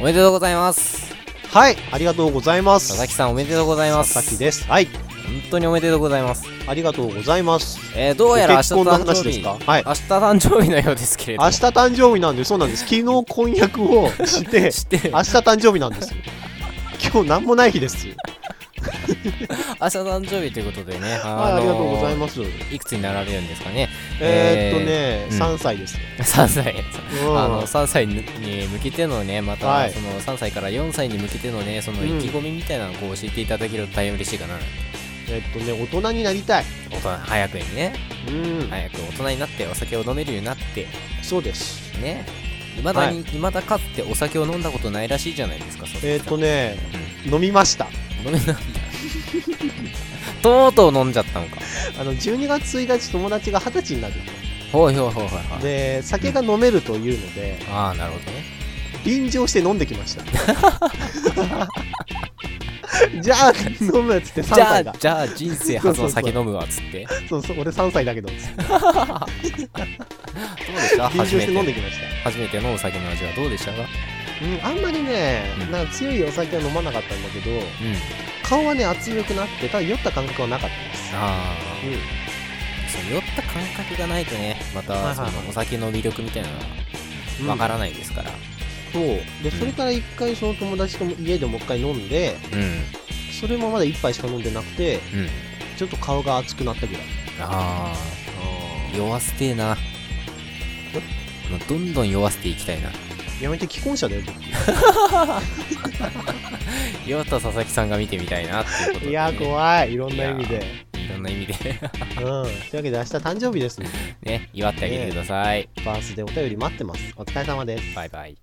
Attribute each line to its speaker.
Speaker 1: おめでとうございます
Speaker 2: はい、ありがとうございます。
Speaker 1: 佐々木さんおめでとうございます
Speaker 2: 佐々木です。はい、
Speaker 1: 本当におめでとうございます
Speaker 2: ありがとうございます。
Speaker 1: えー、どうやら明日
Speaker 2: ご結婚の
Speaker 1: 誕
Speaker 2: 話
Speaker 1: 生
Speaker 2: で
Speaker 1: 日
Speaker 2: すかはい
Speaker 1: 明日誕生日のようですけれど
Speaker 2: 明日誕生日なんで、そうなんです。昨日婚約を して、
Speaker 1: 知ってる
Speaker 2: 明日誕生日なんです。今日なんもない日です。
Speaker 1: 明日誕生日ということでね
Speaker 2: はい、
Speaker 1: あ
Speaker 2: あ
Speaker 1: のー
Speaker 2: りがとうございます。
Speaker 1: いくつになられるんですかね
Speaker 2: えーっとね、
Speaker 1: うん
Speaker 2: 3歳です。
Speaker 1: 3歳
Speaker 2: うん
Speaker 1: あの3歳に向けてのねま
Speaker 2: は
Speaker 1: た
Speaker 2: い
Speaker 1: その3歳から4歳に向けてのねその
Speaker 2: うん
Speaker 1: 意気込みみたいなのをこう教えていただけると大変嬉しいかな
Speaker 2: えーっとね、大人になりたい。
Speaker 1: 大人早くにね
Speaker 2: うん、
Speaker 1: 早く大人になってお酒を飲めるようになって
Speaker 2: そうです。
Speaker 1: ねいまだに、いまだかつてお酒を飲んだことないらしいじゃないですかそれ
Speaker 2: えーっとね、飲みました。
Speaker 1: 飲めなんだとうとう飲んじゃったのか
Speaker 2: あの、12月1日友達が20歳になる。
Speaker 1: ほうほうほうほうほう
Speaker 2: で、酒が飲めるというので、
Speaker 1: ああなるほどね
Speaker 2: 便乗して飲んできま した。じゃあ飲むっつって3
Speaker 1: じゃあ
Speaker 2: 歳だ。
Speaker 1: じゃあ人生初の酒飲むわっつって
Speaker 2: そうそう俺3歳だけどっつっ
Speaker 1: ど
Speaker 2: て
Speaker 1: うでした
Speaker 2: 便乗
Speaker 1: 初
Speaker 2: し
Speaker 1: め
Speaker 2: て飲んで
Speaker 1: て
Speaker 2: きました。
Speaker 1: 初めてのお酒の味はどうでしたか
Speaker 2: うん、あんまりね
Speaker 1: うん、
Speaker 2: なんか強いお酒は飲まなかったんだけど、
Speaker 1: うん
Speaker 2: 顔はね、熱くなって、ただ酔った感覚はなかったです。
Speaker 1: ああ
Speaker 2: う
Speaker 1: そう酔った感覚がないとねま
Speaker 2: はいは
Speaker 1: た
Speaker 2: い
Speaker 1: そ
Speaker 2: は
Speaker 1: の
Speaker 2: い
Speaker 1: お酒の魅力みたいなの
Speaker 2: ん、
Speaker 1: はわかららないですから
Speaker 2: そうでそれから一回その友達とも家でもう一回飲んで
Speaker 1: うん
Speaker 2: それもまだ一杯しか飲んでなくて
Speaker 1: うん
Speaker 2: ちょっと顔が熱くなったぐらい
Speaker 1: ああ酔わせてえなもうどんどん酔わせていきたいな
Speaker 2: やめて既婚者だよ僕
Speaker 1: 酔った佐々木さんが見てみたいなっていうことで、ね、
Speaker 2: いや
Speaker 1: い
Speaker 2: 怖いいろんな意味で
Speaker 1: ろんな意味で
Speaker 2: うんというわけで明日誕生日です
Speaker 1: ね祝ってあげてください、
Speaker 2: バースでお便り待ってます。お疲れ様です。
Speaker 1: バイバイ